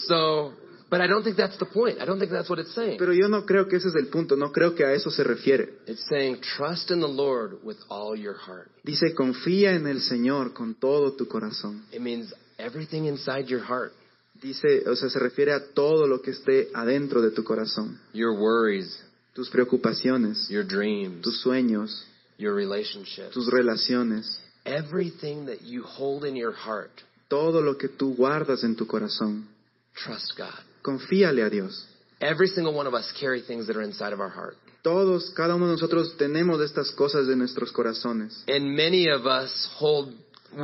A: So, but I don't think that's the point. I don't think that's what it's saying.
B: Pero yo no creo que ese es el punto, no creo que a eso se refiere.
A: It's saying trust in the Lord with all your heart.
B: Dice, confía en el Señor con todo tu corazón.
A: It means everything inside your heart.
B: Dice, o sea, se refiere a todo lo que esté adentro de tu corazón.
A: Your worries,
B: Tus preocupaciones,
A: your dreams,
B: tus sueños,
A: your relationships.
B: tus relaciones,
A: Everything that you hold in your heart,
B: todo lo que tú guardas en tu corazón.
A: trust God.
B: Confíale a Dios.
A: Every single one of us carry things that are inside of our heart.
B: Todos, cada uno de nosotros tenemos estas cosas de nuestros corazones.
A: And many of us hold,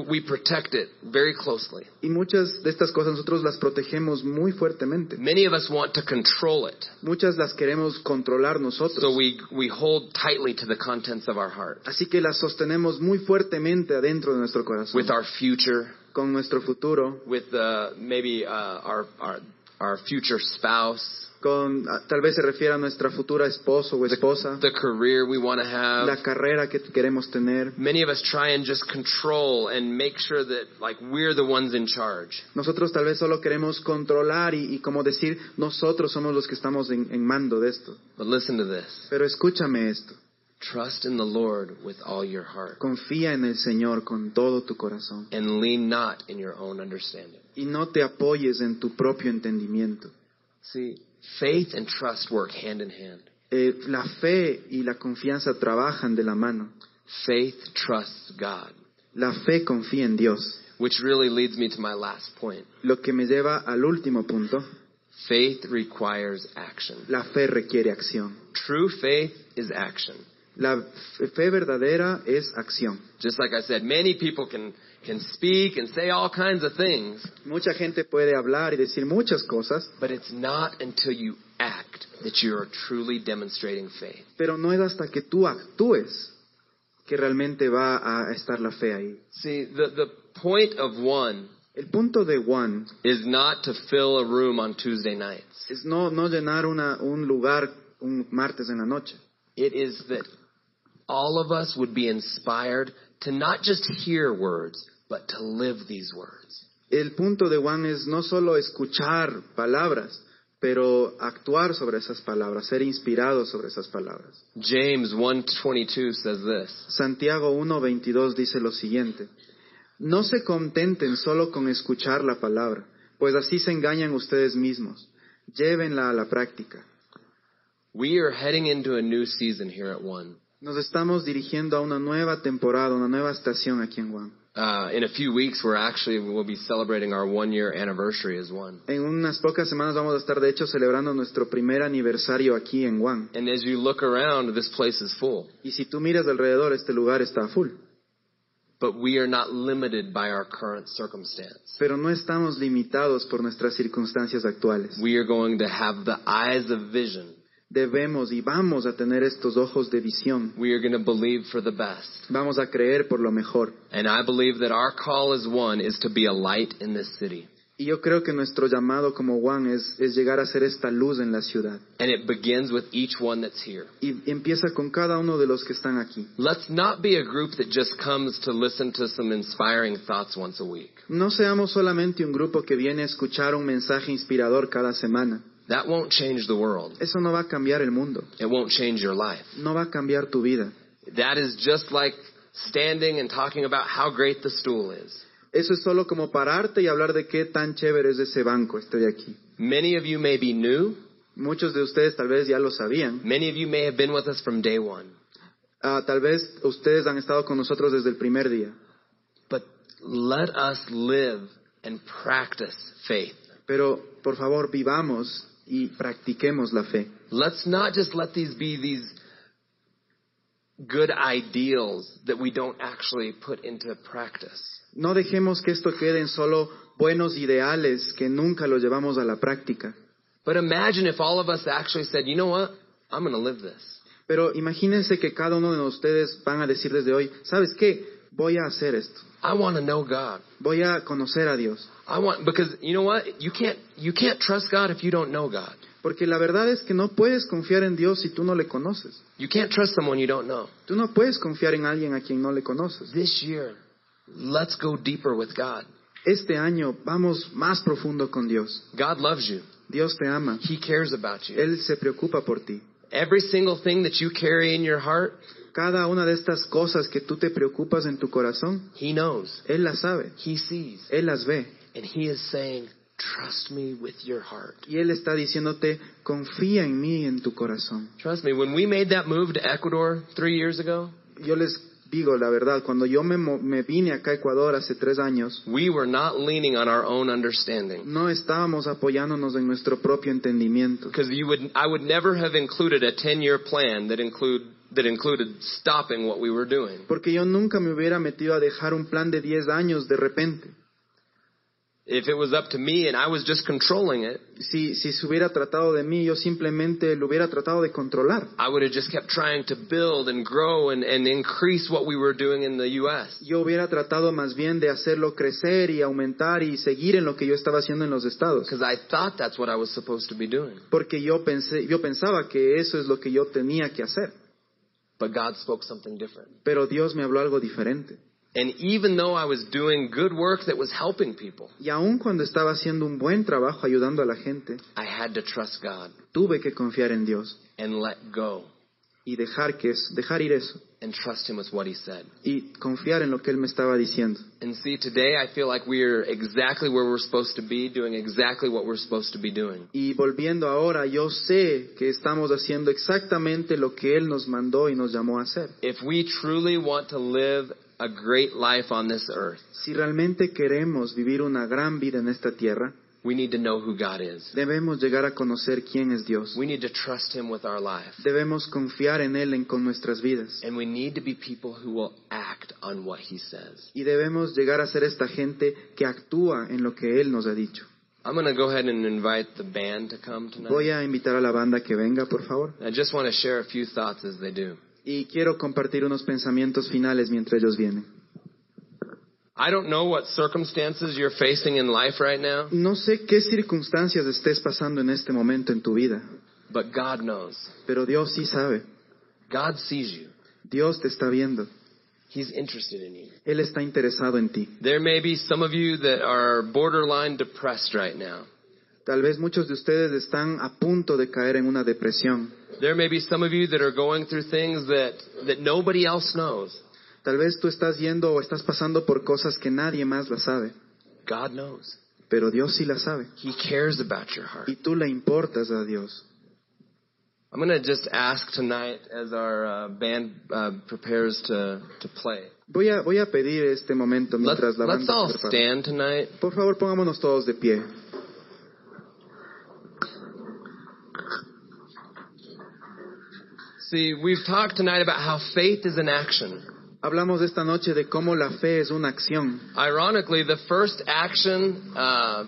A: we protect it very closely.
B: Y muchas de estas cosas nosotros las protegemos muy fuertemente.
A: Many of us want to control it.
B: Muchas las queremos controlar
A: So
B: nosotros.
A: we, we hold tightly to the contents of our heart.
B: Así que las sostenemos muy fuertemente adentro de nuestro corazón.
A: With our future,
B: Con nuestro futuro,
A: with uh, maybe uh, our, our, our future spouse,
B: con ah, tal vez se refiere a nuestra futura esposo o esposa,
A: the career we want to have.
B: la carrera que queremos tener.
A: Many of us try and just control and make sure that like we're the ones in charge.
B: Nosotros tal vez solo queremos controlar y, y como decir, nosotros somos los que estamos en- en mando de esto.
A: But listen to this.
B: Pero escúchame esto.
A: Trust in the Lord with all your heart
B: Confía en el Señor con todo tu corazón
A: and lean not in your own understanding.
B: y no te apoyes en tu propio entendimiento.
A: See, faith and trust work hand in hand.
B: Eh, la fe y la confianza trabajan de la mano.
A: Faith trusts God,
B: La fe confía en Dios,
A: which really leads me to my last point.
B: lo que me lleva al último punto.
A: Faith requires action.
B: La fe requiere acción.
A: True faith is action.
B: La f- fe verdadera es acción.
A: Just like I said, many people can, can speak and say all kinds of things,
B: Mucha gente puede hablar y decir muchas cosas,
A: but it's not until you act that you are truly demonstrating faith.
B: pero no es hasta que tú actúes que realmente va a estar la fe ahí.
A: See, the, the point of one
B: El punto de Juan
A: is not to fill a room on Tuesday nights.
B: es no, no llenar una- un lugar un martes en la noche,
A: It is that all of us would be inspired to not just hear words, but to live these words.
B: El punto de Juan es no solo escuchar palabras, pero actuar sobre esas palabras, ser inspirado sobre esas palabras.
A: James 1:22 says this.
B: Santiago 1.22 dice lo siguiente, no se contenten solo con escuchar la palabra, pues así se engañan ustedes mismos, llévenla a la práctica.
A: We are heading into a new season here at One.
B: Nos estamos dirigiendo a una nueva temporada, una nueva estación aquí en Juan.
A: Uh, in a few weeks, we're actually we'll be celebrating our one-year anniversary as One.
B: En unas pocas semanas vamos a estar, de hecho, celebrando nuestro primer aniversario aquí en Juan.
A: And as you look around, this place is full.
B: Y si tú miras alrededor, este lugar está a full.
A: But we are not limited by our current circumstance.
B: Pero no estamos limitados por nuestras circunstancias actuales.
A: We are going to have the eyes of vision.
B: Debemos y vamos a tener estos ojos de visión.
A: We are going to believe for the best.
B: Vamos a creer por lo mejor.
A: And I believe that our call as one is to be a light in this city.
B: Y yo creo que nuestro llamado como Juan es, es llegar a ser esta luz en la ciudad.
A: And it begins with each one that's here.
B: Y empieza con cada uno de los que están aquí.
A: Let's not be a group that just comes to listen to some inspiring thoughts once a week.
B: No seamos solamente un grupo que viene a escuchar un mensaje inspirador cada semana.
A: That won't change the world.
B: Eso no va a cambiar el mundo.
A: It won't change your life.
B: No va a cambiar tu vida.
A: That is just like standing and talking about how great the stool is.
B: Eso es solo como pararte y hablar de qué tan chévere es ese banco, este de aquí.
A: Many of you may be new.
B: Muchos de ustedes tal vez ya lo sabían.
A: Many of you may have been with us from day one.
B: Ah, tal vez ustedes han estado con nosotros desde el primer día.
A: But let us live and practice faith.
B: Pero por favor vivamos y practiquemos la fe.
A: Let's not just let these be these good ideals that we don't actually put into practice.
B: No dejemos que esto quede en solo buenos ideales que nunca los llevamos a la práctica.
A: But imagine if all of us actually said, you know what? I'm going to live this.
B: Pero imagínense que cada uno de ustedes van a decir desde hoy, ¿sabes qué? Voy a hacer esto.
A: I want to know God.
B: Voy a conocer a Dios.
A: I want, because you know what? You can't, you can't trust God if you don't know God.
B: Porque la verdad es que no puedes confiar en Dios si tú no le conoces.
A: You can't trust someone you don't know.
B: Tú no puedes confiar en alguien a quien no le conoces.
A: This year, let's go deeper with God.
B: Este año vamos más profundo con Dios.
A: God loves you.
B: Dios te ama.
A: He cares about you.
B: Él se preocupa por ti.
A: Every single thing that you carry in your heart,
B: Cada una de estas cosas que tú te preocupas en tu corazón,
A: He knows.
B: Él las sabe.
A: He sees.
B: Él las ve.
A: And He is saying, trust me with your heart.
B: Y Él está diciéndote, confía en mí en tu corazón.
A: Trust me, when we made that move to Ecuador three years ago,
B: Yo les digo la verdad, cuando yo me, mo- me vine acá a Ecuador hace tres años,
A: we were not leaning on our own understanding.
B: no estábamos apoyándonos en nuestro propio entendimiento.
A: Because you would, I would never have included a 10-year plan that include, that included stopping what we were doing.
B: Porque yo nunca me hubiera metido a dejar un plan de 10 años de repente.
A: If it was up to me and I was just controlling it,
B: Si, si se hubiera tratado de mí, yo simplemente lo hubiera tratado de controlar.
A: I would have just kept trying to build and grow and, and increase what we were doing in the U.S.
B: Yo hubiera tratado más bien de hacerlo crecer y aumentar y seguir en lo que yo estaba haciendo en los estados.
A: Because I thought that's what I was supposed to be doing.
B: Porque yo, pensé, yo pensaba que eso es lo que yo tenía que hacer.
A: But God spoke something different.
B: Pero Dios me habló algo diferente.
A: And even though I was doing good work that was helping people,
B: Y aun cuando estaba haciendo un buen trabajo ayudando a la gente,
A: I had to trust God
B: tuve que confiar en Dios
A: and let go
B: y dejar, que es, dejar ir eso
A: and trust Him with what He said.
B: y confiar en lo que Él me estaba diciendo.
A: And see, today I feel like we are exactly where we're supposed to be, doing exactly what we're supposed to be doing.
B: Y volviendo ahora, yo sé que estamos haciendo exactamente lo que Él nos mandó y nos llamó a hacer.
A: If we truly want to live a great life on this earth,
B: Si realmente queremos vivir una gran vida en esta tierra,
A: we need to know who God is.
B: debemos llegar a conocer quién es Dios.
A: We need to trust Him with our life.
B: Debemos confiar en Él en, con nuestras vidas.
A: And we need to be people who will act on what He says.
B: Y debemos llegar a ser esta gente que actúa en lo que Él nos ha dicho.
A: I'm going to go ahead and invite the band to come
B: Voy
A: tonight.
B: a invitar a la banda que venga, por favor.
A: I just want to share a few thoughts as they do.
B: Y quiero compartir unos pensamientos finales mientras ellos vienen.
A: I don't know what circumstances you're facing in life right now,
B: No sé qué circunstancias estés pasando en este momento en tu vida,
A: but God knows.
B: pero Dios sí sabe.
A: God sees you.
B: Dios te está viendo.
A: He's interested in you.
B: Él está interesado en ti.
A: There may be some of you that are borderline depressed right now.
B: Tal vez muchos de ustedes están a punto de caer en una depresión.
A: There may be some of you that are going through things that, that nobody else knows.
B: Tal vez tú estás yendo o estás pasando por cosas que nadie más las sabe,
A: God knows.
B: pero Dios sí las sabe.
A: He cares about your heart.
B: Y tú le importas a Dios.
A: I'm going to just ask tonight as our uh, band uh, prepares to, to play.
B: Voy a, voy a pedir este momento
A: Let's,
B: mientras la
A: let's
B: banda
A: all
B: se prepara.
A: stand tonight.
B: Por favor, pongámonos todos de pie.
A: See, we've talked tonight about how faith is an action.
B: Hablamos esta noche de cómo la fe es una acción.
A: Ironically, the first action uh,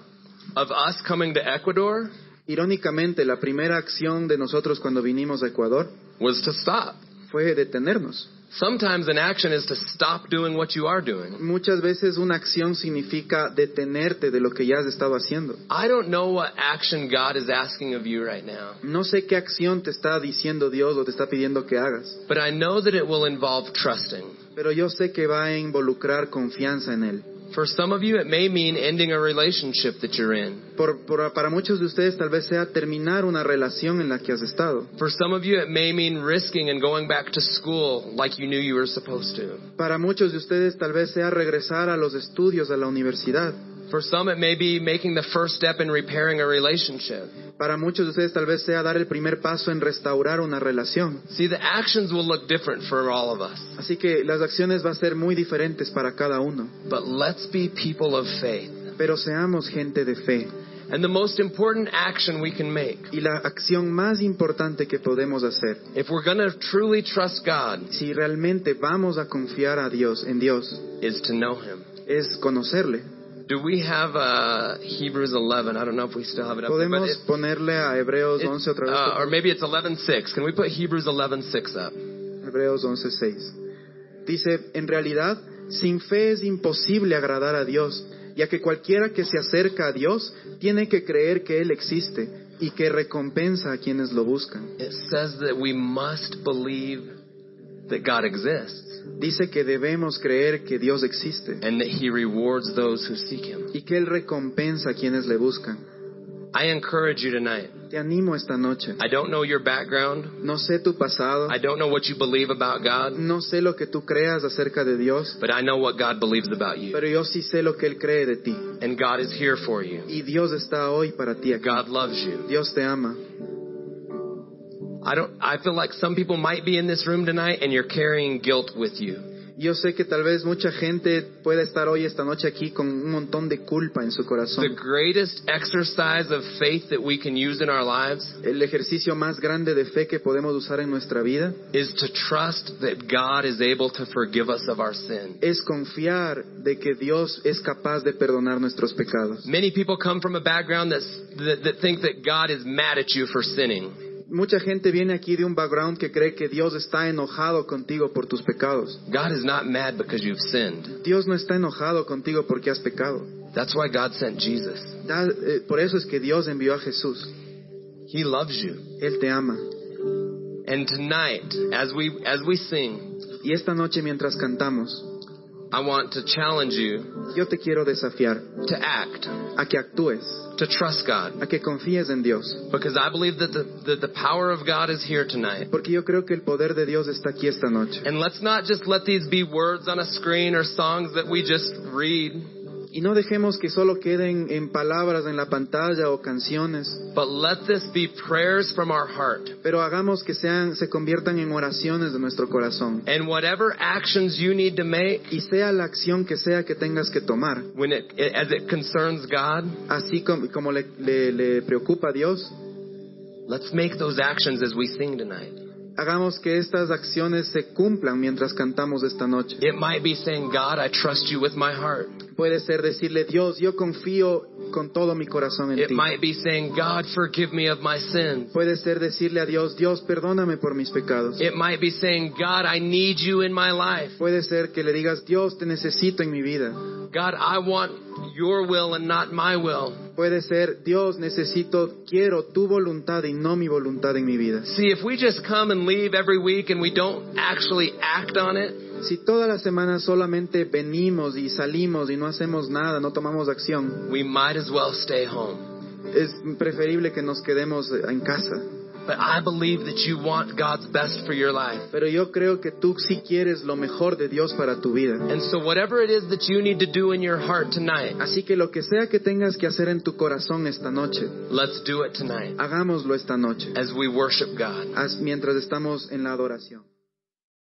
A: of us coming to Ecuador
B: Irónicamente, la primera acción de nosotros cuando vinimos a Ecuador
A: was to stop.
B: fue detenernos.
A: Sometimes an action is to stop doing what you are doing.
B: Muchas veces una acción significa detenerte de lo que ya has estado haciendo.
A: I don't know what action God is asking of you right now,
B: No sé qué acción te está diciendo Dios o te está pidiendo que hagas,
A: but I know that it will involve trusting.
B: pero yo sé que va a involucrar confianza en Él.
A: For some of you, it may mean ending a relationship that you're in.
B: Por- por- para muchos de ustedes tal vez sea terminar una relación en la que has estado.
A: For some of you, it may mean risking and going back to school like you knew you were supposed to.
B: Para muchos de ustedes tal vez sea regresar a los estudios, a la universidad.
A: For some, it may be making the first step in repairing a relationship.
B: Para muchos de ustedes tal vez sea dar el primer paso en restaurar una relación.
A: See, the actions will look different for all of us,
B: Así que las acciones van a ser muy diferentes para cada uno.
A: but let's be people of faith.
B: Pero seamos gente de fe.
A: And the most important action we can make,
B: Y la acción más importante que podemos hacer
A: if we're going to truly trust God,
B: si realmente vamos a confiar a Dios, en Dios,
A: is to know Him.
B: es conocerle.
A: Do we have uh, Hebrews 11? I don't know if we still have it up there, but
B: Podemos
A: it,
B: ponerle a Hebreos
A: it-
B: 11 otra vez,
A: uh,
B: por
A: or maybe it's 11:6. Can we put Hebrews 11:6 up?
B: favor. Hebreos 11:6. Dice, en realidad, sin fe es imposible agradar a Dios, ya que cualquiera que se acerca a Dios tiene que creer que Él existe y que recompensa a quienes lo buscan.
A: It says that we must believe that God exists.
B: dice que debemos creer que Dios existe
A: and that He rewards those who seek Him.
B: y que Él recompensa a quienes le buscan.
A: I encourage you tonight.
B: Te animo esta noche.
A: I don't know your background.
B: No sé tu pasado,
A: I don't know what you believe about God,
B: no sé lo que tú creas acerca de Dios,
A: but I know what God believes about you.
B: pero yo sí sé lo que Él cree de ti.
A: And God is here for you.
B: Y Dios está hoy para ti acá.
A: God loves you.
B: Dios te ama.
A: I don't I feel like some people might be in this room tonight and you're carrying guilt with you.
B: Yo sé que tal vez mucha gente pueda estar hoy esta noche aquí con un montón de culpa en su
A: The
B: corazón.
A: greatest exercise of faith that we can use in our lives
B: El ejercicio más grande de fe que podemos usar en nuestra vida
A: is to trust that God is able to forgive us of our sin.
B: es confiar de que Dios es capaz de perdonar nuestros pecados.
A: Many people come from a background that's, that, that think that God is mad at you for sinning.
B: Mucha gente viene aquí de un background que cree que Dios está enojado contigo por tus pecados.
A: God is not mad because you've sinned.
B: Dios no está enojado contigo porque has pecado.
A: That's why God sent Jesus.
B: Da- eh, por eso es que Dios envió a Jesús.
A: He loves you.
B: Él te ama.
A: And tonight, as we as we sing,
B: Y esta noche mientras cantamos,
A: I want to challenge you
B: yo te quiero desafiar
A: to act,
B: a que actúes,
A: to trust God.
B: a que confíes en Dios.
A: Because I believe that the, that the power of God is here tonight.
B: Porque yo creo que el poder de Dios está aquí esta noche.
A: And let's not just let these be words on a screen or songs that we just read,
B: Y no dejemos que solo queden en palabras en la pantalla o canciones,
A: but let this be prayers from our heart.
B: pero hagamos que sean, se conviertan en oraciones de nuestro corazón.
A: And whatever actions you need to make,
B: Y sea la acción que sea que tengas que tomar,
A: when it, as it concerns God,
B: así com- como, le, le- le preocupa a Dios,
A: let's make those actions as we sing tonight.
B: hagamos que estas acciones se cumplan mientras cantamos esta noche.
A: It might be saying, God, I trust you with my heart.
B: Puede ser decirle, Dios, yo confío con todo mi corazón en
A: It
B: ti.
A: might be saying, God, forgive me of my sins.
B: Puede ser decirle a Dios, Dios, perdóname por mis pecados.
A: It might be saying, God, I need you in my life.
B: Puede ser que le digas, Dios, te necesito en mi vida.
A: God, I want your will and not my will.
B: Puede ser, Dios, necesito, quiero tu voluntad y no mi voluntad en mi vida.
A: See, if we just come and leave every week and we don't actually act on it,
B: Si toda la semana solamente venimos y salimos y no hacemos nada, no tomamos acción,
A: we might as well stay home.
B: es preferible que nos quedemos eh, en casa.
A: But I believe that you want God's best for your life.
B: Pero yo creo que tú sí quieres lo mejor de Dios para tu vida.
A: And so, whatever it is that you need to do in your heart tonight,
B: Así que lo que sea que tengas que hacer en tu corazón esta noche,
A: let's do it tonight
B: hagámoslo esta noche,
A: as we worship God.
B: haz- mientras estamos en la adoración.